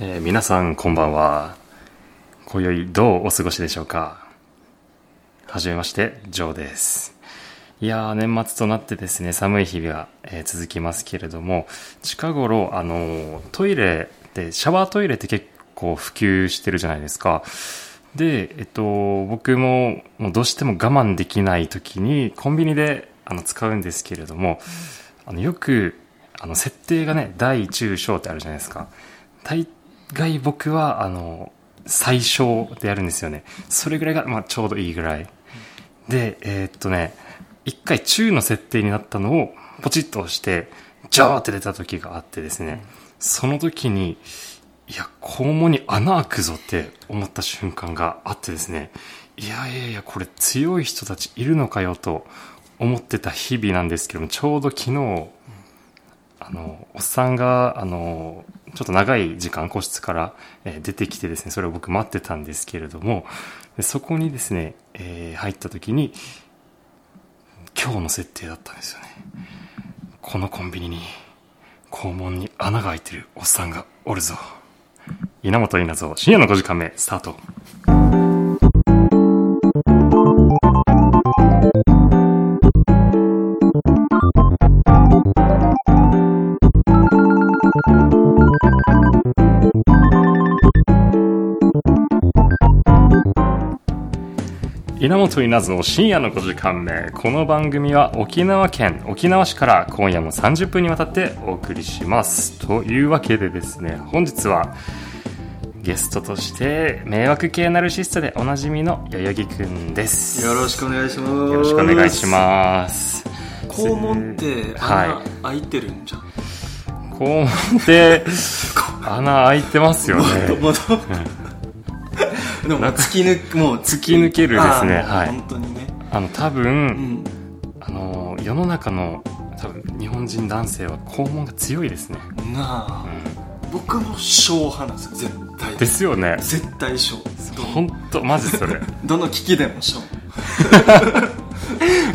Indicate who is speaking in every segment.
Speaker 1: えー皆さんこんばんは今宵どうお過ごしでしょうかはじめましてジョーですいやー年末となってですね寒い日々が、えー続きますけれども近頃あのートイレでシャワートイレって結構普及してるじゃないですかで、えっと、僕ももうどうしても我慢できない時にコンビニであの使うんですけれども、あのよくあの設定がね大中小ってあるじゃないですか大概僕はあの最小でやるんですよねそれぐらいが、まあ、ちょうどいいぐらいでえーっとね一回中の設定になったのをポチッと押してジャーって出た時があってですねその時にいや肛門に穴開くぞって思った瞬間があってですねいやいやいやこれ強い人たちいるのかよと思ってた日々なんですけどもちょうど昨日あのおっさんがあのちょっと長い時間個室から、えー出てきてですねそれを僕待ってたんですけれどもでそこにですね、えー入った時に今日の設定だったんですよねこのコンビニに肛門に穴が開いてるおっさんがおるぞ稲本稲造深夜の5時間目スタート稲本稲造深夜の5時間目この番組は沖縄県沖縄市から今夜も30分にわたってお送りしますというわけでですね本日はゲストとして迷惑系ナルシストでおなじみの代々木くんです
Speaker 2: よろしくお願いします。
Speaker 1: よろしくお願いします
Speaker 2: 肛門って穴
Speaker 1: はい
Speaker 2: 開いてるんじゃん。
Speaker 1: 肛門 って穴開いてますよね
Speaker 2: もともと。でも突き抜けもう
Speaker 1: 突き抜けるですね
Speaker 2: あー
Speaker 1: はい
Speaker 2: 本当にね。
Speaker 1: あの多
Speaker 2: う
Speaker 1: 分、
Speaker 2: ん。
Speaker 1: あの世の中の多分日本人男性は肛門が強いですね、
Speaker 2: な
Speaker 1: う
Speaker 2: あ。
Speaker 1: ん、
Speaker 2: 僕も小派なんですよ絶対。
Speaker 1: ですよね
Speaker 2: 絶対小。ど
Speaker 1: 本当マジそれ
Speaker 2: どの機器でも小。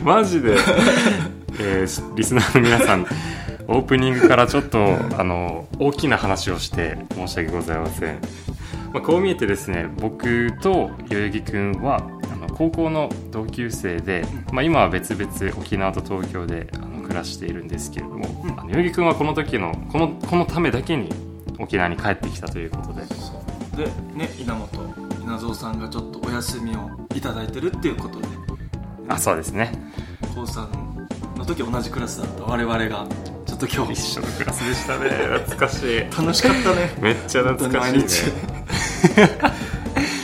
Speaker 1: マジで、 えーリスナーの皆さんオープニングからちょっとあの大きな話をして申し訳ございません、まあ、こう見えてですね僕と代々木くんはあの高校の同級生で、まあ、今は別々沖縄と東京であの暮らしているんですけれども、
Speaker 2: うん
Speaker 1: あの代々木くんはこの時のこのこのためだけに沖縄に帰ってきたということで
Speaker 2: でね稲本稲造さんがちょっとお休みをいただいてるっていうことで。
Speaker 1: あそうですね
Speaker 2: 高三の時同じクラスだった我々がちょっと今
Speaker 1: 一
Speaker 2: 日
Speaker 1: 緒のクラスでしたね懐かしい
Speaker 2: 楽しかったね。
Speaker 1: めっちゃ
Speaker 2: 本当
Speaker 1: 懐
Speaker 2: に
Speaker 1: かしい
Speaker 2: 毎
Speaker 1: ね
Speaker 2: 日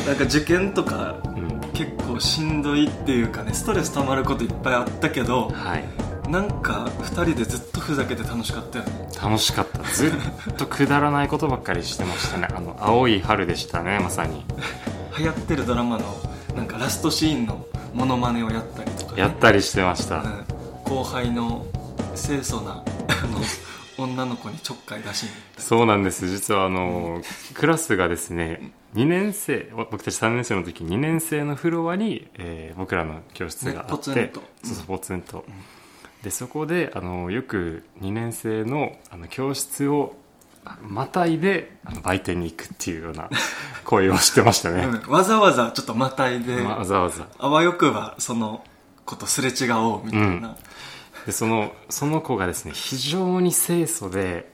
Speaker 2: なんか受験とか
Speaker 1: うん
Speaker 2: 結構しんどいっていうかねストレス溜まることいっぱいあったけど
Speaker 1: はい、
Speaker 2: なんか2人でずっとふざけて楽しかったよね
Speaker 1: 楽しかったずっとくだらないことばっかりしてましたねあの青い春でしたねまさに
Speaker 2: 流行ってるドラマのなんかラストシーンのモノマネをやったりとかね、
Speaker 1: やったりしてました
Speaker 2: うん後輩の清楚なあの女の子にちょっかい出しに行ったり
Speaker 1: そうなんです実はあのクラスがですね2年生僕たち3年生の時2年生のフロアに、えー僕らの教室があって、
Speaker 2: ねポツンと
Speaker 1: そうそうポツンとでそこであのよく2年生のあの教室をまたいであの売店に行くっていうような行為をしてました ね、
Speaker 2: うんわざわざちょっとまたいで、
Speaker 1: まあわざわざ
Speaker 2: あわよくばその子とすれ違おうみたいな、
Speaker 1: でそのその子がですね非常に清楚で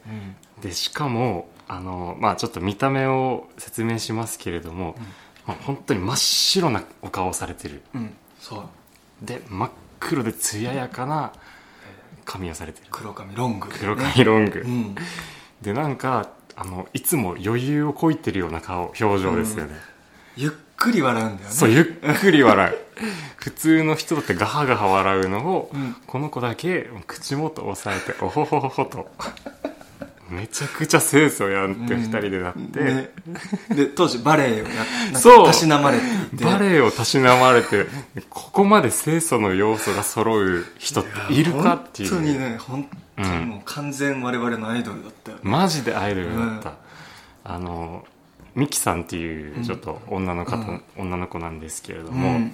Speaker 1: でしかもあの、まあ、ちょっと見た目を説明しますけれども、まあ、本当に真っ白なお顔をされてる
Speaker 2: うん、そう
Speaker 1: で真っ黒で艶やかな髪をされてる
Speaker 2: 黒髪ロング
Speaker 1: 黒髪ロング、
Speaker 2: うん
Speaker 1: でなんかあのいつも余裕をこいてるような顔表情ですよね、
Speaker 2: ゆっくり笑うんだよね
Speaker 1: そうゆっくり笑う普通の人だってガハガハ笑うのを、
Speaker 2: うん
Speaker 1: この子だけ口元を押さえておほほほほとめちゃくちゃ清楚やんって
Speaker 2: うん
Speaker 1: 二人でなって、
Speaker 2: ねで当時バレエをやっ
Speaker 1: そう
Speaker 2: たしなまれていて
Speaker 1: バレエをたしなまれてここまで清楚の要素が揃う人っているかっていう
Speaker 2: 本当にね本当にもう完全我々のアイドルだったよ、ね
Speaker 1: マジでアイドルだった、
Speaker 2: うん
Speaker 1: あのミキさんっていうちょっと女の方、
Speaker 2: うん
Speaker 1: 女の子なんですけれど
Speaker 2: うん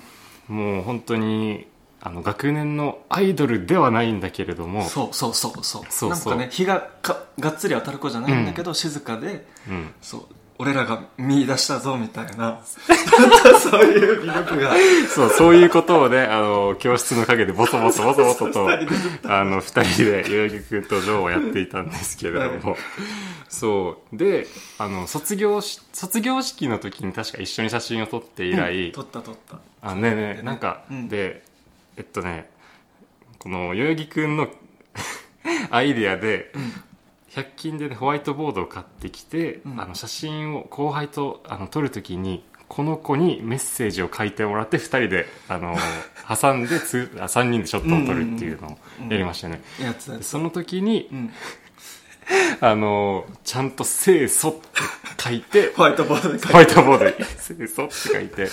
Speaker 1: も、もう本当にあの学年のアイドルではないんだけれども
Speaker 2: そうそうそうそう
Speaker 1: そうそう
Speaker 2: なんかね日がかがっつり当たる子じゃないんだけど、静かで
Speaker 1: うん、
Speaker 2: そう俺らが見出したぞみたいな そういう魅力が
Speaker 1: そう、そういうことをね、あの、教室の陰でボソボソボソボソと、
Speaker 2: 二人で
Speaker 1: あの、二人で、代々木くんとジョーをやっていたんですけれども、そう。で、あの、卒業し、卒業式の時に確か一緒に写真を撮って以来、
Speaker 2: 撮った撮った
Speaker 1: あ、ねえねえ、なんか、
Speaker 2: うん
Speaker 1: で、えっとね、この、代々木くんの アイディアで、100均でね、ホワイトボードを買ってきて、
Speaker 2: うん
Speaker 1: あの、写真を後輩と、あの、撮るときに、この子にメッセージを書いてもらって、2人で、あの、挟んでつ、あ3人でショットを撮るっていうのをやりましたね。
Speaker 2: やつだ
Speaker 1: でその時に
Speaker 2: う、ん
Speaker 1: あの、ちゃんと清楚って書い て、
Speaker 2: ホワイトボードで書いて
Speaker 1: ホワイトボードに清楚って書いて、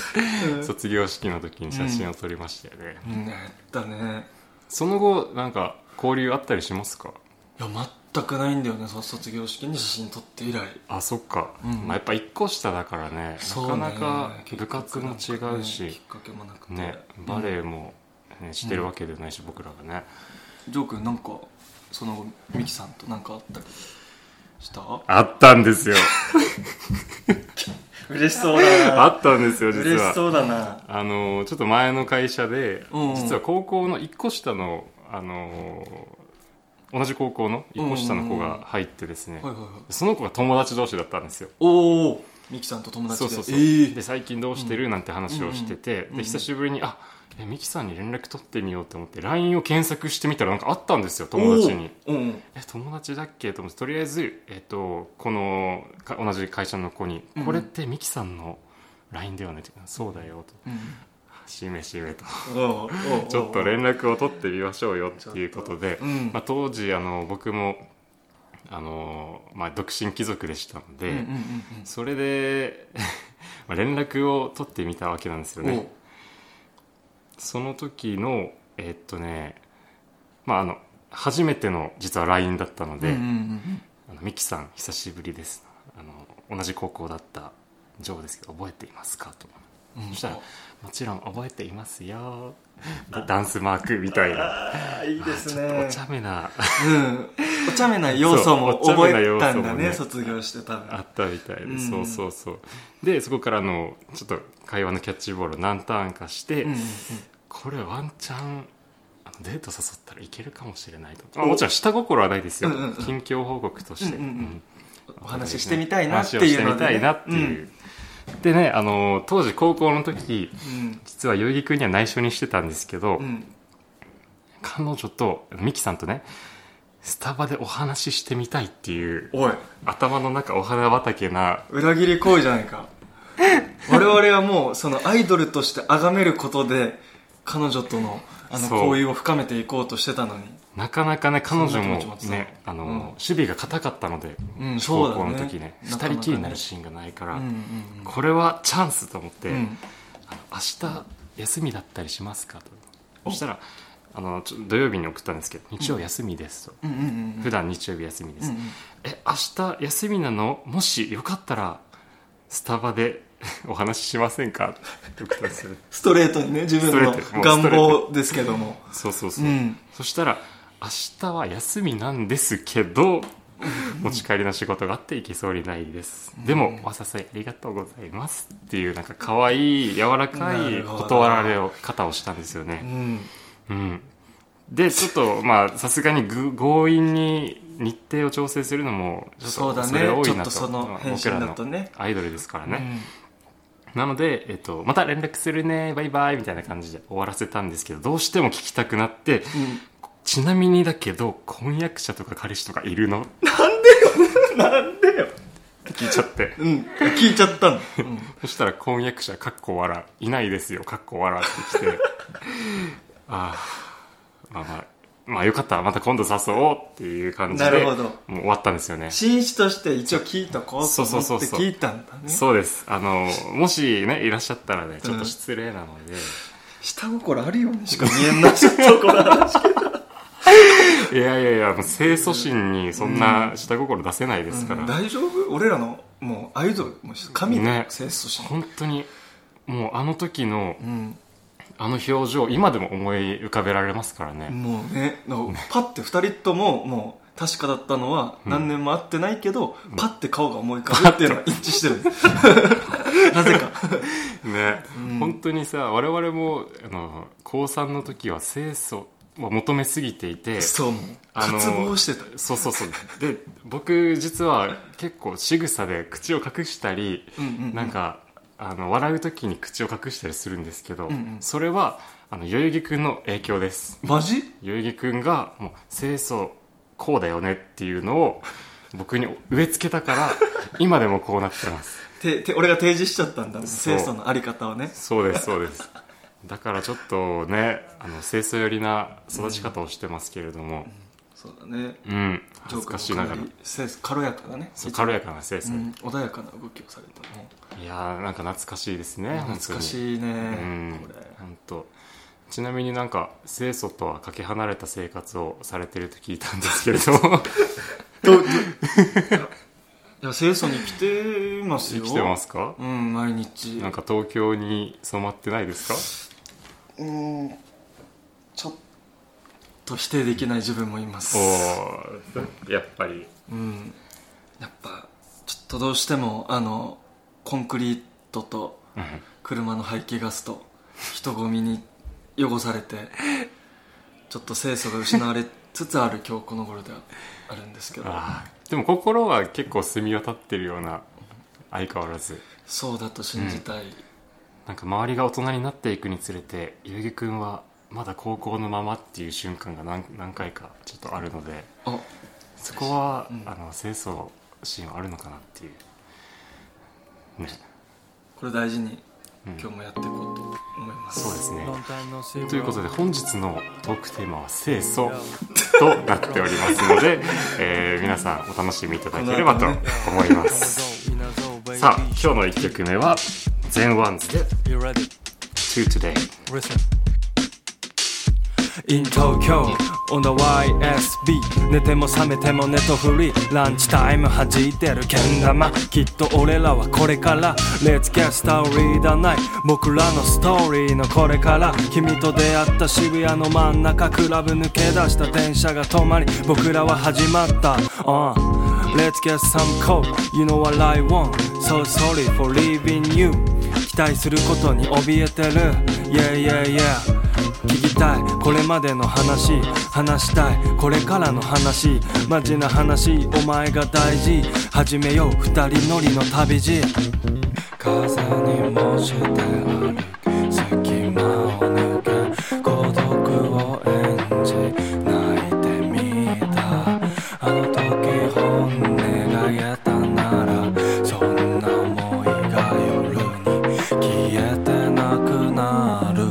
Speaker 2: うん
Speaker 1: 卒業式の時に写真を撮りましたよね。
Speaker 2: うんやったね
Speaker 1: その後なんか交流あったりしますか
Speaker 2: いや全くないんだよねそ卒業式に写真撮って以来
Speaker 1: あそっか、
Speaker 2: うん
Speaker 1: まあ、やっぱ一個下だからね
Speaker 2: そうね
Speaker 1: なかなか部活も違う
Speaker 2: きっ
Speaker 1: し
Speaker 2: かけもなくて
Speaker 1: ねバレエも、ねしてるわけではないし、僕らがね
Speaker 2: ジョー君なんかその後ミキさんとなんかあったりした
Speaker 1: あったん ですよ
Speaker 2: 嬉しそうだ
Speaker 1: あったんですよ実
Speaker 2: 嬉し
Speaker 1: は
Speaker 2: そうだな
Speaker 1: あのちょっと前の会社で、
Speaker 2: うんうん
Speaker 1: 実は高校の一個下のあの同じ高校の一個下の子が入ってですね、
Speaker 2: はいはいはい
Speaker 1: その子が友達同士だったんですよ
Speaker 2: おおミキさんと友達
Speaker 1: そう
Speaker 2: で
Speaker 1: そうそう、
Speaker 2: えー
Speaker 1: で最近どうしてるなんて話をしてて、
Speaker 2: うんうん
Speaker 1: で久しぶりにあえミキさんに連絡取ってみようと思って LINE を検索してみたらなんかあったんですよ友達に
Speaker 2: おーうん
Speaker 1: え友達だっけと思ってとりあえず、えっとこのか同じ会社の子に、
Speaker 2: うん
Speaker 1: これってミキさんの LINE ではねってそうだよと
Speaker 2: うん
Speaker 1: しめしめと
Speaker 2: おーおー
Speaker 1: ちょっと連絡を取ってみましょうよっていうことで、
Speaker 2: うん
Speaker 1: まあ、当時あの僕もあの、まあ、独身貴族でしたので、
Speaker 2: うんうんうん
Speaker 1: それで まあ連絡を取ってみたわけなんですよ
Speaker 2: うんお
Speaker 1: ねその時のえっとねまああの初めての実は LINE だったの
Speaker 2: ー
Speaker 1: で、
Speaker 2: うんうんうん
Speaker 1: あのミキさん久しぶりですあの同じ高校だったジョーですけど覚えていますかと
Speaker 2: うん
Speaker 1: そしたら「もちろん覚えていますよ」ダンスマークみたいな
Speaker 2: あ あいいです
Speaker 1: あ
Speaker 2: ね
Speaker 1: ーちょっとお茶目な
Speaker 2: うんお茶目な要素も
Speaker 1: そうお茶目
Speaker 2: 覚
Speaker 1: な
Speaker 2: え
Speaker 1: 要素もね
Speaker 2: たんだね卒業してた分
Speaker 1: あったみたいで、
Speaker 2: うん
Speaker 1: そうそうそうでそこからあのちょっと会話のキャッチボールを何ターンかして、
Speaker 2: うんうんうん
Speaker 1: これワンチャンあのデート誘ったらいけるかもしれないと、まあ、もちろん下心はないですよ、
Speaker 2: うんうんうん
Speaker 1: 近況報告として、
Speaker 2: うんうんお話ししてみたいなっ
Speaker 1: 話
Speaker 2: て
Speaker 1: をし
Speaker 2: いう
Speaker 1: て
Speaker 2: の
Speaker 1: み
Speaker 2: で
Speaker 1: た
Speaker 2: ね
Speaker 1: いなっていう、でねあの当時高校の時
Speaker 2: うん
Speaker 1: 実は代々木君には内緒にしてたんですけど、
Speaker 2: うんうん
Speaker 1: 彼女とミキさんとねスタバでお話ししてみたいっていう
Speaker 2: おい
Speaker 1: 頭の中お花畑な
Speaker 2: 裏切り行為じゃない か我々はもうそのアイドルとして崇めることで彼女とのあの
Speaker 1: そう
Speaker 2: 交友を深めていこうとしてたのに
Speaker 1: なかなかね彼女
Speaker 2: そんな
Speaker 1: も
Speaker 2: 気持ち持って
Speaker 1: ね
Speaker 2: た
Speaker 1: あの、
Speaker 2: うん
Speaker 1: 守備が硬かったので、
Speaker 2: うんそう
Speaker 1: 高
Speaker 2: だね
Speaker 1: 校の時ね
Speaker 2: なかな
Speaker 1: 2
Speaker 2: かね
Speaker 1: 人きりになるシーンがないから、
Speaker 2: うんうんうん
Speaker 1: これはチャンスと思って、
Speaker 2: うん
Speaker 1: あの明日休みだったりしますかとそしたらあのちょ土曜日に送ったんですけど日曜休みですと、
Speaker 2: うんうんうんうん
Speaker 1: 普段日曜日休みです、
Speaker 2: うんうん
Speaker 1: え明日休みなのもしよかったらスタバで お話ししませんかって送ったんですよね
Speaker 2: ストレートにね自
Speaker 1: ス
Speaker 2: 分の
Speaker 1: トレートもう
Speaker 2: 願
Speaker 1: ストレー
Speaker 2: 望ですけども
Speaker 1: そうそうそうう、
Speaker 2: ん
Speaker 1: そしたら明日は休みなんですけ ど持ち帰りの仕事があって行けそうにないです、でもお支えありがとうございますっていうなんか可愛い柔らか
Speaker 2: ないるほど
Speaker 1: 断られを方をしたんですよ
Speaker 2: う
Speaker 1: ね、
Speaker 2: ん
Speaker 1: うん、でちょっとまあさすがにぐ強引に日程を調整するのもちょっ
Speaker 2: そう
Speaker 1: と
Speaker 2: だ
Speaker 1: それは
Speaker 2: ね
Speaker 1: 多
Speaker 2: ちょ
Speaker 1: い
Speaker 2: っ
Speaker 1: な
Speaker 2: と
Speaker 1: と
Speaker 2: その返信だとね
Speaker 1: アイドルですから
Speaker 2: う
Speaker 1: ね、
Speaker 2: ん
Speaker 1: なので、えっと、また連絡するねバイバイみたいな感じで終わらせたんですけどどうしても聞きたくなって
Speaker 2: うん
Speaker 1: ちなみにだけど婚約者とか彼氏とかいるの
Speaker 2: なんでよ
Speaker 1: って聞いちゃって
Speaker 2: うん聞いちゃったのうん
Speaker 1: そしたら婚約者かっこ笑いないですよかっこ笑ってきてああまあまあまあよかったらまた今度誘おうっていう感じで
Speaker 2: なるほど
Speaker 1: もう終わったんですよね
Speaker 2: 紳士として一応聞いとこうと
Speaker 1: そうそ
Speaker 2: 思
Speaker 1: うそう
Speaker 2: って
Speaker 1: そう
Speaker 2: 聞いたんだね
Speaker 1: そうですあのもしねいらっしゃったらねちょっと失礼なので、
Speaker 2: 下心あるよねしか見えんな下心ある
Speaker 1: いやいやいやもう清楚心にそんな下心出せないですから、
Speaker 2: うん大丈夫俺らのもうアイドルもう神の
Speaker 1: ね
Speaker 2: 清楚し、
Speaker 1: 本当にもうあの時の
Speaker 2: うん、
Speaker 1: あの表情今でも思い浮かべられますからね、
Speaker 2: もうねだからパッて2人とももう確かだったのは
Speaker 1: うん
Speaker 2: 何年も会ってないけど、パッて顔が思い浮かぶっていうのは一致し てるなぜか
Speaker 1: ね、
Speaker 2: うん
Speaker 1: 本当にさ我々もあの高3の時は清楚を求めすぎていて
Speaker 2: そうもう
Speaker 1: あの
Speaker 2: 渇望してた
Speaker 1: そうそうそうで僕実は結構仕草で口を隠したり
Speaker 2: うんうんうん
Speaker 1: なんかあの笑う時に口を隠したりするんですけど、
Speaker 2: うんうん
Speaker 1: それはあの代々木くんの影響です
Speaker 2: マジ
Speaker 1: 代々木くんがもう清楚こうだよねっていうのを僕に植え付けたから今でもこうなってます
Speaker 2: てて俺が提示しちゃったんだ
Speaker 1: そう
Speaker 2: 清楚のあり方をね
Speaker 1: そうですそうですだからちょっとねあの清楚寄りな育ち方をしてますけれども
Speaker 2: そうだね
Speaker 1: うん、恥ずかしいながら
Speaker 2: ジョー君もかなり清楚軽やかだね
Speaker 1: そう軽やかな清楚、
Speaker 2: うん穏やかな動きをされたね
Speaker 1: いやーなんか懐かしいですね
Speaker 2: 懐か
Speaker 1: い
Speaker 2: しいうね
Speaker 1: ん
Speaker 2: これ
Speaker 1: 本当ちなみになんか清楚とはかけ離れた生活をされてると聞いたんですけれど も
Speaker 2: いや清楚に来てます
Speaker 1: 生
Speaker 2: よ
Speaker 1: きてますか
Speaker 2: うん毎日
Speaker 1: なんか東京に染まってないですか
Speaker 2: うんちょっと否定できない自分もいます
Speaker 1: お おやっぱり
Speaker 2: うんやっぱちょっとどうしてもあのコンクリートと車の排気ガスと人混みに汚されてちょっと清楚が失われつつある今日この頃ではあるんですけど
Speaker 1: あーでも心は結構澄み渡ってるような相変わらず
Speaker 2: そうだと信じたい、
Speaker 1: なんか周りが大人になっていくにつれて代々木君はまだ高校のままっていう瞬間が何何回かちょっとあるので
Speaker 2: あ
Speaker 1: そこは、
Speaker 2: うん
Speaker 1: あの清楚心はあるのかなっていうね、
Speaker 2: これ大事に
Speaker 1: うん
Speaker 2: 今日もやっていこうと思います、
Speaker 1: そうですねと
Speaker 3: と
Speaker 1: い
Speaker 3: いうう
Speaker 1: こ
Speaker 3: こと
Speaker 1: で
Speaker 3: とで
Speaker 1: 本日のトークテーマは清楚
Speaker 3: そう
Speaker 1: となっておりますの で、えー皆さんお楽しみいただければと思いますさ
Speaker 3: さ
Speaker 1: あ
Speaker 3: あ
Speaker 1: 今日の1曲目は「全ワンズで
Speaker 3: You ready?
Speaker 1: To Today」
Speaker 3: Listen In Tokyo on the YSB 寝ても覚めてもネットフリーランチタイム弾いてるけん玉きっと俺らはこれから Let's get story だない僕らのストーリーのこれから君と出会った渋谷の真ん中クラブ抜け出した電車が止まり僕らは始まった、uh, Let's get some cold You know what I want So sorry for leaving you 期待することに怯えてる Yeah yeah yeah 聞きたいこれまでの話話したいこれからの話マジな話お前が大事始めよう二人乗りの旅路風にもして歩く隙間を抜け孤独を演じ泣いてみたあの時本音が言えたならそんな思いが夜に消えてなくなる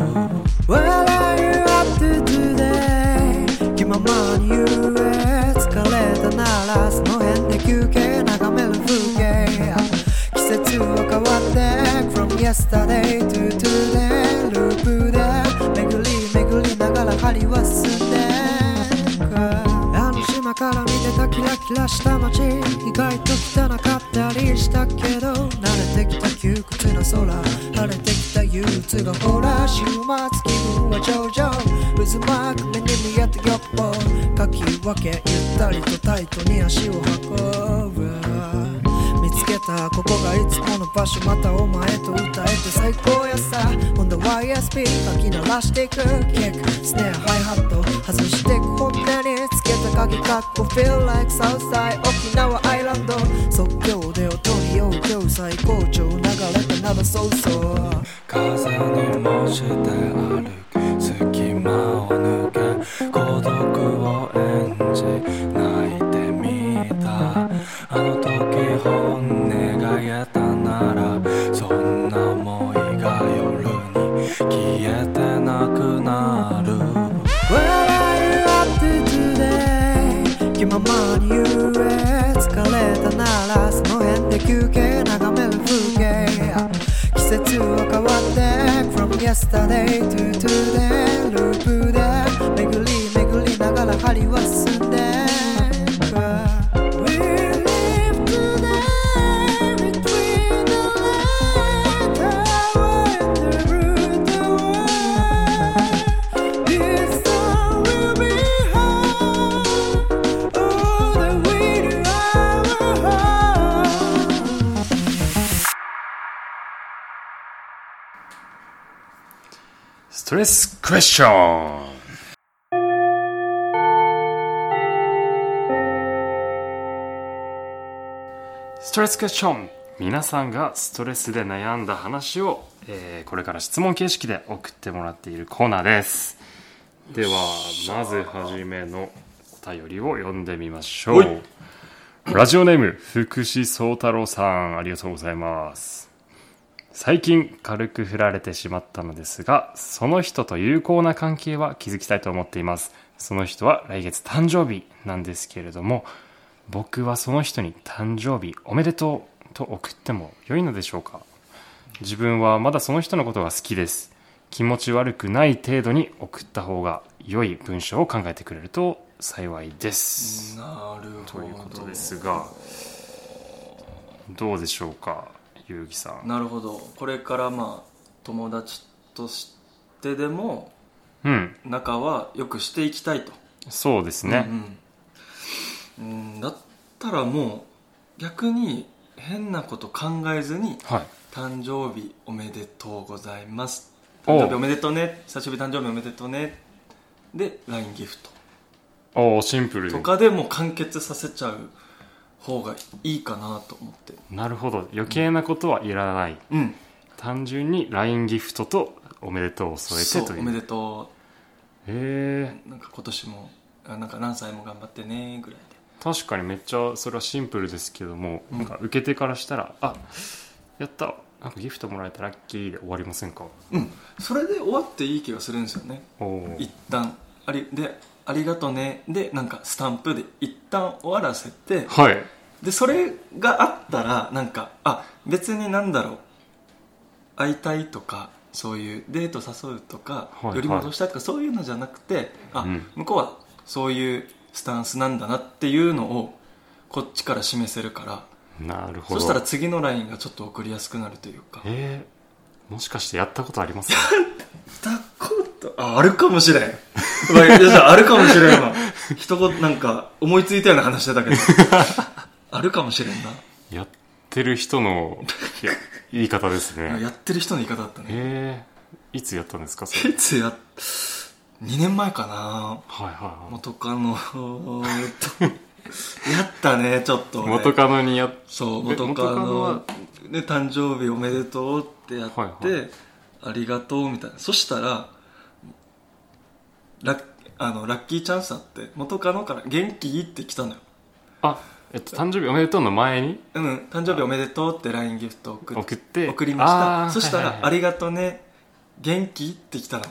Speaker 4: What are you up to today? 気ままに言え疲れたならその辺で休憩眺める風景季節は変わって From yesterday to today ループで巡り巡りながら針は進んでくあの島から見てたキラキラした街意外と汚かったりしたけど慣れてきた窮屈な空晴れてきた憂鬱がほら週末気分は上々渦巻く目に見えてよっぽかき分けゆったりとタイトに足を運ぶ見つけたここがいつもの場所またお前と歌えて最高やさ今度 YSP かき鳴らしていくキックスネアハイハット外してく本音につけた鍵かっこ Feel like Southside 沖縄アイランド即興で音に酔う今日最高潮流れたならそうそう
Speaker 3: 風にもして歩く隙間を抜け孤独を演じ泣いてみたあの時本音が言えたならそんな思いが夜に消えてなくなる
Speaker 4: What are you up to today? 気ままに言え疲れたならその辺で休憩眺める風景季節は変わって From yesterday to today ループで巡り巡りながら針は進んでく We live today between the letter and the root the word This song will be home. Oh,
Speaker 1: トレスクエスチョンストレスクエスチョン皆さんがストレスで悩んだ話を、えーこれから質問形式で送ってもらっているコーナーですではまずはじめのお便りを読んでみましょ
Speaker 2: ほ
Speaker 1: うラジオネーム福士蒼太郎さんありがとうございます最近軽く振られてしまったのですがその人と有効な関係は築きたいと思っていますその人は来月誕生日なんですけれども僕はその人に誕生日おめでとうと送っても良いのでしょうか自分はまだその人のことが好きです気持ち悪くない程度に送った方が良い文章を考えてくれると幸いです
Speaker 2: なるほ
Speaker 1: と
Speaker 2: ど
Speaker 1: いうことですがどうでしょうかゆうぎさん
Speaker 2: なるほどこれからまあ友達としてでも
Speaker 1: うん
Speaker 2: 仲は良くしていきたいと
Speaker 1: そうですね、
Speaker 2: うんうん、うんだったらもう逆に変なこと考えずに
Speaker 1: はい
Speaker 2: 「誕生日おめでとうございます」「
Speaker 1: おう
Speaker 2: 誕生日おめでとうね」「久しぶり誕生日おめでとうね」で LINE ギフト
Speaker 1: おーシンプルに
Speaker 2: とかでも完結させちゃう方がいいかなと思って
Speaker 1: なるほど余計なことはいらない、
Speaker 2: うん
Speaker 1: 単純に LINE ギフトとおめでとうを添えてと
Speaker 2: そう
Speaker 1: い
Speaker 2: お
Speaker 1: う
Speaker 2: めでと
Speaker 1: へえ
Speaker 2: うなんか今年もあなんか何歳も頑張ってねぐらいで
Speaker 1: 確かにめっちゃそれはシンプルですけども、
Speaker 2: うん
Speaker 1: なんか受け手からしたらあやったなんかギフトもらえたラッキーで終わりませんか
Speaker 2: うんそれで終わっていい気がするんですよね
Speaker 1: おお
Speaker 2: 一旦ありで「ありがとうね」でなんかスタンプで一旦終わらせて
Speaker 1: はい
Speaker 2: でそれがあったらなんかあ別になんだろう会いたいとかそういうデート誘うとか、
Speaker 1: はいはい
Speaker 2: より戻したいとかそういうのじゃなくてあ、
Speaker 1: うん
Speaker 2: 向こうはそういうスタンスなんだなっていうのをこっちから示せるから
Speaker 1: なるほ
Speaker 2: そ
Speaker 1: ど
Speaker 2: したら次の LINE がちょっと送りやすくなるというか
Speaker 1: えー、もしかしてやったことありますか
Speaker 2: たことああるかもしれんうわいやじゃああるかもしれんわ一言なんか思いついたような話して たけどあるかもしれんな
Speaker 1: やってる人のい や言い方です
Speaker 2: いや
Speaker 1: ね
Speaker 2: やってる人の言い方だったね
Speaker 1: えー、いつやったんですかそれ
Speaker 2: いつやっ2年前か
Speaker 1: はいは、
Speaker 2: ない
Speaker 1: はい、
Speaker 2: 元カノとやったねちょっと俺
Speaker 1: 元カノにやっ
Speaker 2: そう
Speaker 1: え
Speaker 2: 元カ
Speaker 1: 元カノは
Speaker 2: ノで誕生日おめでとうってやって、
Speaker 1: はいはい
Speaker 2: ありがとうみたいなそしたらラッあのラッキーチャンスあって元カノから「元気?」って来たのよ
Speaker 1: あえっと誕生日おめでとうの前に
Speaker 2: うん、誕生日おめでとうって LINE ギフト送
Speaker 1: 送って
Speaker 2: 送りまし
Speaker 1: あー
Speaker 2: たそした
Speaker 1: は
Speaker 2: ら、
Speaker 1: いはいはい
Speaker 2: ありがとうね元気?」って来たの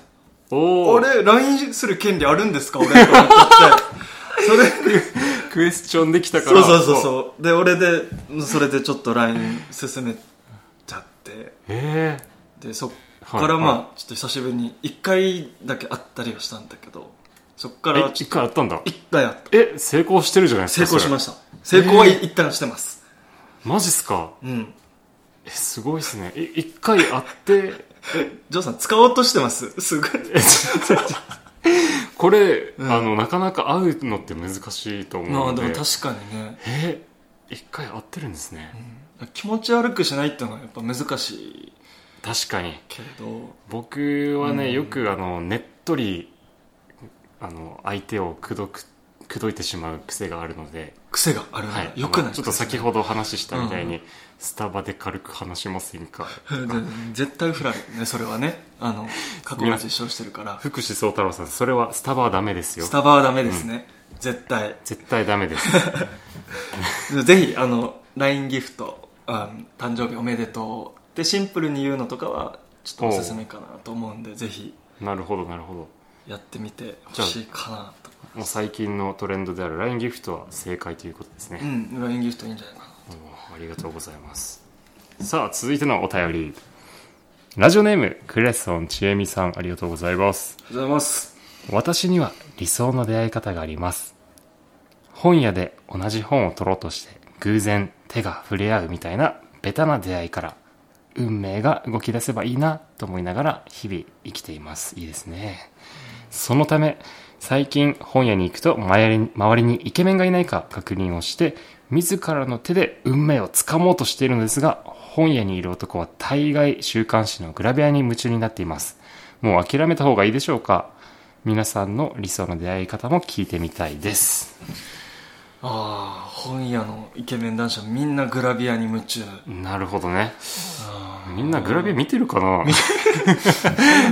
Speaker 1: おお
Speaker 2: 俺 LINE する権利あるんですか俺と思っちゃ ってそれで
Speaker 1: クエスチョンできたか
Speaker 2: そう
Speaker 1: ら
Speaker 2: そうそう
Speaker 1: う
Speaker 2: そうで俺でそれでちょっと LINE 進めちゃって
Speaker 1: ええ
Speaker 2: でそっから
Speaker 1: はい
Speaker 2: まあ、
Speaker 1: は
Speaker 2: ちょっと久しぶりに1回だけ会ったりはしたんだけどそっか
Speaker 1: ー、え
Speaker 2: らちょ
Speaker 1: 一回あったんだ
Speaker 2: っと一回会った
Speaker 1: え成功してるじゃないです
Speaker 2: 成
Speaker 1: か
Speaker 2: 功しま
Speaker 1: し
Speaker 2: した成功は一旦してます、
Speaker 1: たマジっすか
Speaker 2: うん
Speaker 1: えすごいっすねえ一回会って
Speaker 2: ジョーさん使おうとしてますすごい
Speaker 1: え ちょっとこれ、
Speaker 2: ん
Speaker 1: あのなかなか会うのって難しいと思
Speaker 2: ま
Speaker 1: う
Speaker 2: あ
Speaker 1: の
Speaker 2: で
Speaker 1: で
Speaker 2: も確かにね
Speaker 1: え一回会ってるんですね、
Speaker 2: 気持ち悪くしないっていうのはやっぱ難しい
Speaker 1: 確かに
Speaker 2: けど
Speaker 1: 僕はね、よくあのねっとりあの相手を口説く口説いてしまう癖があるので、
Speaker 2: 癖があるな
Speaker 1: は
Speaker 2: ら
Speaker 1: い、
Speaker 2: よく
Speaker 1: あ
Speaker 2: な
Speaker 1: の
Speaker 2: い
Speaker 1: ちょっと先ほど話したみたいに、
Speaker 2: う
Speaker 1: スタバで軽く話しませんか
Speaker 2: うん絶対振られるねそれはねあの過去が実証してるから
Speaker 1: 福士蒼太郎さんそれはスタバはダメですよ
Speaker 2: スタバはダメですね、絶対
Speaker 1: 絶対ダメです
Speaker 2: ぜひあの LINE ギフトあ誕生日おめでとうでシンプルに言うのとかはちょっとおすすめかなと思うんでぜひ
Speaker 1: なるほどなるほど
Speaker 2: やってみてほしいかなと
Speaker 1: もう最近のトレンドである LINE ギフトは正解ということです
Speaker 2: う
Speaker 1: ね、
Speaker 2: ん LINE ギフトいいんじゃないかな
Speaker 1: どうもありがとうございますさあ続いてのお便りラジオネームクレソンちえみさんありがとうございます
Speaker 2: ありがとうございます
Speaker 1: 私には理想の出会い方があります本屋で同じ本を取ろうとして偶然手が触れ合うみたいなベタな出会いから運命が動き出せばいいなと思いながら日々生きていますいいですねそのため最近本屋に行くと周りに周りにイケメンがいないか確認をして自らの手で運命をつかもうとしているのですが本屋にいる男は大概週刊誌のグラビアに夢中になっていますもう諦めた方がいいでしょうか皆さんの理想の出会い方も聞いてみたいです
Speaker 2: ああ本屋のイケメン男子はみんなグラビアに夢中
Speaker 1: なるほどねみんなグラビア見てるかな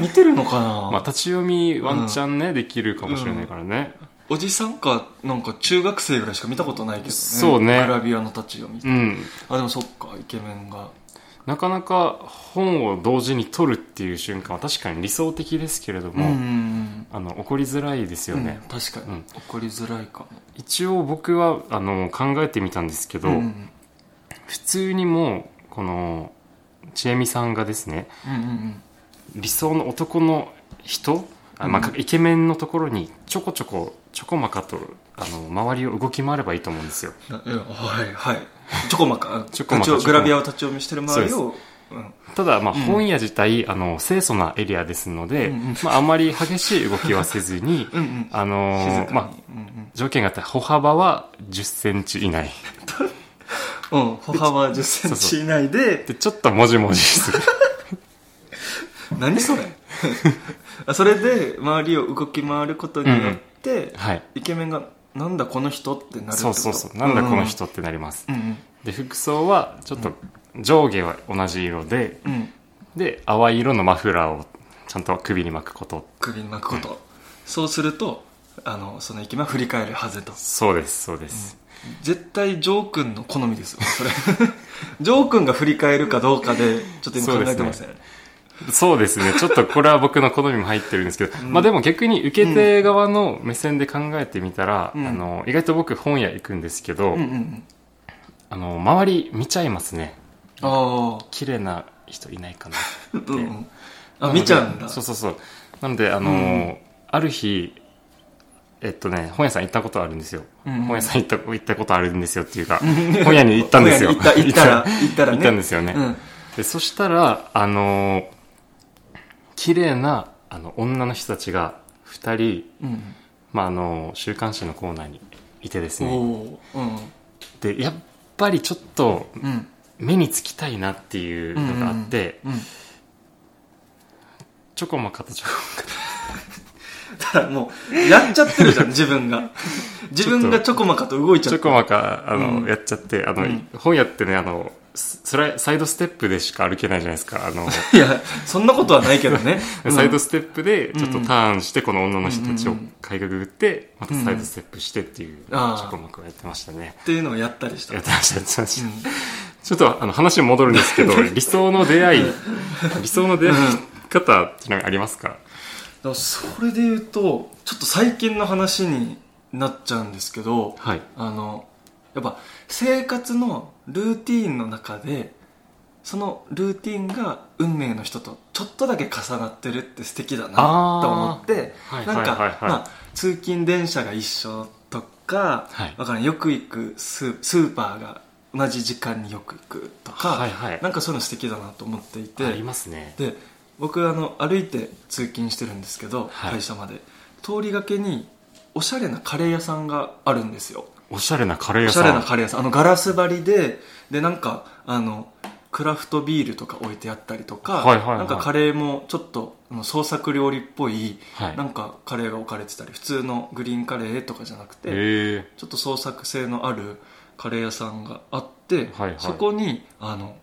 Speaker 2: 見てるのかな、
Speaker 1: まあ、立ち読みワンチャンね、できるかもしれないからね、
Speaker 2: おじさんかなんか中学生ぐらいしか見たことないけどね
Speaker 1: そうね
Speaker 2: グラビアの立ち読み、
Speaker 1: うん
Speaker 2: あでもそっかイケメンが
Speaker 1: なかなか本を同時に取るっていう瞬間は確かに理想的ですけれど
Speaker 2: うん
Speaker 1: も、
Speaker 2: うんうん
Speaker 1: あの起こりづらいですよね、
Speaker 2: うん確かに、
Speaker 1: うん
Speaker 2: 怒りづらいかも
Speaker 1: 一応僕はあの考えてみたんですけど、
Speaker 2: うんうん
Speaker 1: 普通にもうこのちえみさんがですね
Speaker 2: うんうん
Speaker 1: 理想の男の人あまあ
Speaker 2: う
Speaker 1: イケメンのところにちょこちょこちょこまかとあの周りを動き回ればいいと思うんですよ
Speaker 2: うんないやはいはいチョコマカ
Speaker 1: チョコマカチョコ
Speaker 2: 立ち
Speaker 1: マカ
Speaker 2: グラビアを立ち読みしてる周り
Speaker 1: そ
Speaker 2: をうん
Speaker 1: ただ、まあ、
Speaker 2: うん
Speaker 1: 本屋自体、あの清楚なエリアですので、
Speaker 2: うんうん
Speaker 1: まあ、あまり激しい動きはせずに
Speaker 2: うんうん
Speaker 1: あの
Speaker 2: 静か
Speaker 1: ー
Speaker 2: に、
Speaker 1: まあ、
Speaker 2: うん
Speaker 1: 条件があったら歩幅は1 0ンチ以内
Speaker 2: うん、うん、歩幅1 0ンチ以内で
Speaker 1: でちょっともじもじす る
Speaker 2: 何それ あそれで周りを動き回ることによって、
Speaker 1: はい
Speaker 2: イケメンが「なんだこの人」ってなるってこと
Speaker 1: そうそうそうなんだこの人ってなります、
Speaker 2: うんうん
Speaker 1: で服装はちょっと上下は同じ色で、
Speaker 2: うん、うん、
Speaker 1: で淡い色のマフラーをちゃんと首に巻くこと
Speaker 2: 首に巻くこと、そうするとあのそのイケメンは振り返るはずと
Speaker 1: そうですそうです、
Speaker 2: 絶対ジョー君の好みですよそれ ジョー君が振り返るかどうかでちょっと今考えてますね
Speaker 1: そうですねちょっとこれは僕の好みも入ってるんですけど、まあでも逆に受け手側の目線で考えてみたら、
Speaker 2: うん
Speaker 1: あの意外と僕本屋行くんですけど、
Speaker 2: うんうんうん
Speaker 1: あの周り見ちゃいますね
Speaker 2: あ
Speaker 1: 綺麗な人いないかな
Speaker 2: あ、うんうん、あ見ちゃうんだ
Speaker 1: そうそうそうなのであのーある日えっとね本屋さん行ったことあるんですよ、
Speaker 2: うんうん
Speaker 1: 本屋さん行った行ったことあるんですよっていうか本屋に行ったんですよ
Speaker 2: 行った行ったら行ったらね
Speaker 1: 行ったんですよね、
Speaker 2: うん
Speaker 1: でそしたらあのー綺麗なあの女の人たちが2人、
Speaker 2: うん
Speaker 1: まあ、あのー週刊誌のコーナーにいてです
Speaker 2: お
Speaker 1: ね
Speaker 2: おーうん
Speaker 1: でやっぱりちょっと
Speaker 2: うん
Speaker 1: 目につきたいなっていうのがあって、
Speaker 2: うん
Speaker 1: チョコマカとチョコ
Speaker 2: ただもうやっちゃってるじゃん自 分が自分がチョコマカと動いちゃ
Speaker 1: チ
Speaker 2: っ
Speaker 1: ョ
Speaker 2: て
Speaker 1: コマカあの、
Speaker 2: うん
Speaker 1: やっちゃってあの、
Speaker 2: うん
Speaker 1: 本屋ってねあのススライサイドステップでしか歩けないじゃないですかあ の
Speaker 2: いやそんなことはないけど ね
Speaker 1: サイド
Speaker 2: ス
Speaker 1: ステップでちょっとターンしてこの女の人たち
Speaker 2: う
Speaker 1: を
Speaker 2: ん
Speaker 1: かいくぐってまたサイドステップしてっていうチ
Speaker 2: あー
Speaker 1: ョコマカをやってましたね
Speaker 2: っていうのをやったりした
Speaker 1: やってましたやってました、
Speaker 2: うん
Speaker 1: ちょっとあの話戻るんですけ ど理想の出会い理想の出会い方って何かありますか
Speaker 2: だからそれで言うとちょっと最近の話になっちゃうんですけど
Speaker 1: はい
Speaker 2: あのやっぱ生活のルーティーンの中でそのルーティーンが運命の人とちょっとだけ重なってるって素敵だな
Speaker 1: あー
Speaker 2: と思って
Speaker 1: はい
Speaker 2: なん
Speaker 1: はいはいは
Speaker 2: か
Speaker 1: い
Speaker 2: まあ通勤電車が一緒とか,、
Speaker 1: はい
Speaker 2: わからんよく行くスースーパーが同じ時間によく行くとか、
Speaker 1: はいはい
Speaker 2: なんかそういうの素敵だなと思っていて
Speaker 1: ありますね
Speaker 2: で僕あの歩いて通勤してるんですけど、
Speaker 1: はい
Speaker 2: 会社まで通りがけにおしゃれなカレー屋さんがあるんですよ
Speaker 1: おしゃれなカレー
Speaker 2: お
Speaker 1: 屋
Speaker 2: しゃ
Speaker 1: さ
Speaker 2: れ
Speaker 1: ん
Speaker 2: なカレー屋さんあのガラス張りででなんかあのクラフトビールとか置いてあったりとか、
Speaker 1: はいはいはい
Speaker 2: なんかカレーもちょっとあの創作料理っぽい、
Speaker 1: はい
Speaker 2: なんかカレーが置かれてたり普通のグリーンカレーとかじゃなくて、
Speaker 1: へえ
Speaker 2: ちょっと創作性のあるカレー屋さんがあって、
Speaker 1: はいはい
Speaker 2: そこにあの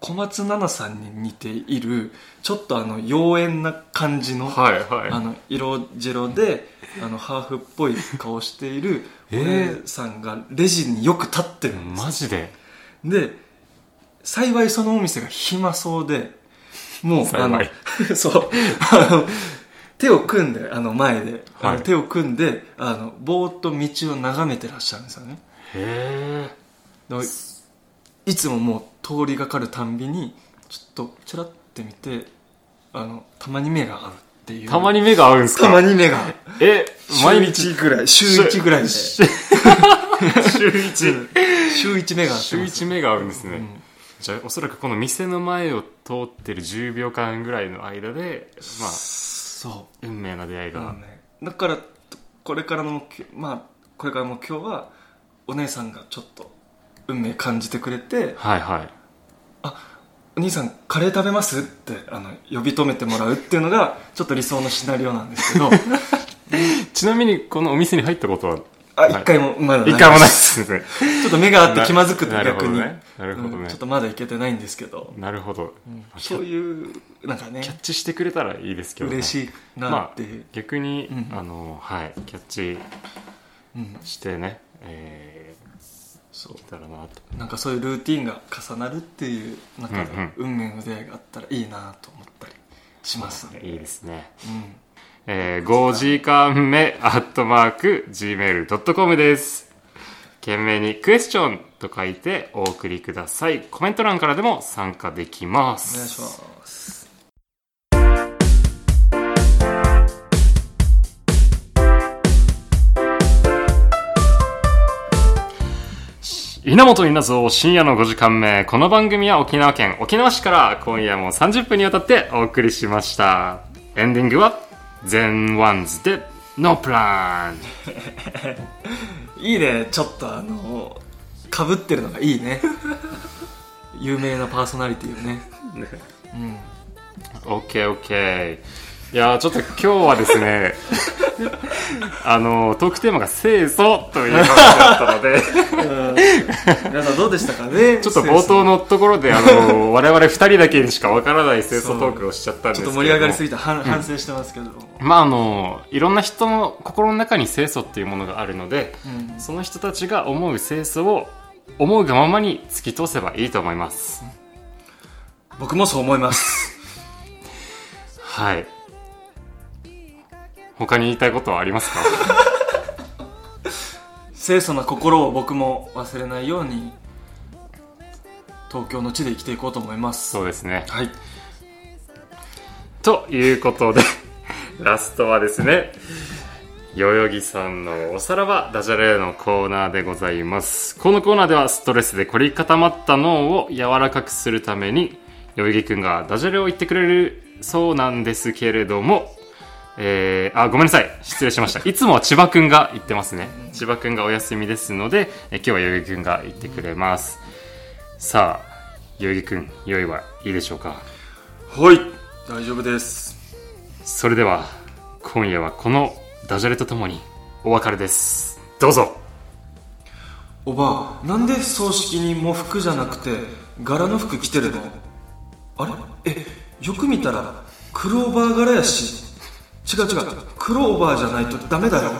Speaker 2: 小松菜奈さんに似ているちょっとあの妖艶な感じの,、
Speaker 1: はいはい
Speaker 2: あの色白であのハーフっぽい顔しているお
Speaker 1: えー
Speaker 2: 姉さんがレジによく立ってるんです、
Speaker 1: マジで
Speaker 2: で幸いそのお店が暇そうでもうあ
Speaker 1: 幸
Speaker 2: の
Speaker 1: い
Speaker 2: そうあの手を組んであの前で、あの
Speaker 1: はい
Speaker 2: 手を組んであのぼーっと道を眺めてらっしゃるんですよね
Speaker 1: へえ
Speaker 2: だからいつももう通りがかるたんびにちょっとちらって見てあのたまに目が合うっていう
Speaker 1: たまに目が合うんですか
Speaker 2: たまに目が合う
Speaker 1: え、毎日
Speaker 2: 週一ぐらい週一ぐらいで
Speaker 1: 週
Speaker 2: 週
Speaker 1: 1
Speaker 2: 週一目が合って
Speaker 1: 週
Speaker 2: ます
Speaker 1: 1目が合うんですね、
Speaker 2: うん
Speaker 1: じゃあおそらくこの店の前を通ってる10秒間ぐらいの間でまあ
Speaker 2: そう
Speaker 1: 運命な出会い
Speaker 2: だ
Speaker 1: が、
Speaker 2: ね、だからこれからの目標まあこれからの目標はお姉さんがちょっと運命感じてくれて
Speaker 1: はいはい
Speaker 2: お兄さんカレー食べます?」ってあの呼び止めてもらうっていうのがちょっと理想のシナリオなんです けど
Speaker 1: ちなみにこのお店に入ったことは
Speaker 2: あ一回もまだ
Speaker 1: 一回もないです ね
Speaker 2: ちょっと目があって気まずくて
Speaker 1: ななるほ
Speaker 2: 逆
Speaker 1: ど
Speaker 2: に、
Speaker 1: ねなるほどね
Speaker 2: うんちょっとまだいけてないんですけど
Speaker 1: なるほど、まあキ
Speaker 2: そ
Speaker 1: ャ
Speaker 2: ういうなんかね
Speaker 1: キャッチしてくれたらいいですけど、ね、
Speaker 2: 嬉しいな
Speaker 1: ま
Speaker 2: っ
Speaker 1: あ
Speaker 2: ていう、
Speaker 1: 逆に、
Speaker 2: うん
Speaker 1: あのはいキャッチ
Speaker 2: うん
Speaker 1: してね、えー、
Speaker 2: そう
Speaker 1: 来たらなと
Speaker 2: なんかそういうルーティンが重なるっていう中で、
Speaker 1: うんうん
Speaker 2: 運命の出会いがあったらいいなと思ったりしますね、
Speaker 1: いいですね
Speaker 2: うん
Speaker 1: えー、5時間目アットマーク gmail.com です懸命にクエスチョンと書いてお送りくださいコメント欄からでも参加できま
Speaker 2: お
Speaker 1: す
Speaker 2: 願いします
Speaker 1: 稲本稲造深夜の5時間目この番組は沖縄県沖縄市から今夜も30分にわたってお送りしましたエンディングは「全ワンズでノープラン
Speaker 2: いいねちょっとあのかぶってるのがい いね有名なパーソナリティをね」
Speaker 1: OKOK いやーちょっと今日はです ねあのトークテーマが「清楚」という話だったの で
Speaker 2: 皆さんどうでしたかね
Speaker 1: ちょっと冒頭のところであの我々2人だけにしかわからない清楚トークをしちゃったんで
Speaker 2: ち
Speaker 1: す
Speaker 2: ょ
Speaker 1: けど
Speaker 2: っと
Speaker 1: も
Speaker 2: 盛り上がりすぎて反反省してますけど、
Speaker 1: まああのいろんな人の心の中に清楚っていうものがあるので、
Speaker 2: うん
Speaker 1: その人たちが思う清楚を思うがままに突き通せばいいと思います、
Speaker 2: 僕もそう思います
Speaker 1: はい他に言いたいことはあり ますか
Speaker 2: 清楚な心を僕も忘れないように東京の地で生きていこうと思います
Speaker 1: そうですね
Speaker 2: はい
Speaker 1: ということで ラストはですね代々木さんのおさらばダジャレのコーナーでございますこのコーナーではストレスで凝り固まった脳を柔らかくするために代々木くんがダジャレを言ってくれるそうなんですけれどもえーあごめんなさい失礼しましたいつもは千葉くんが言ってますね千葉くんがお休みですので、え今日は代々木くんが言ってくれますさあ代々木くん用意はいいでしょうか
Speaker 2: はい大丈夫です
Speaker 1: それでは今夜はこのダジャレとともにお別れですどうぞ
Speaker 2: おばあなんで葬式に喪服じゃなくて柄の服着てるのあれえよく見たら黒オーバー柄やし違う違う黒オーバーじゃないとダメだよ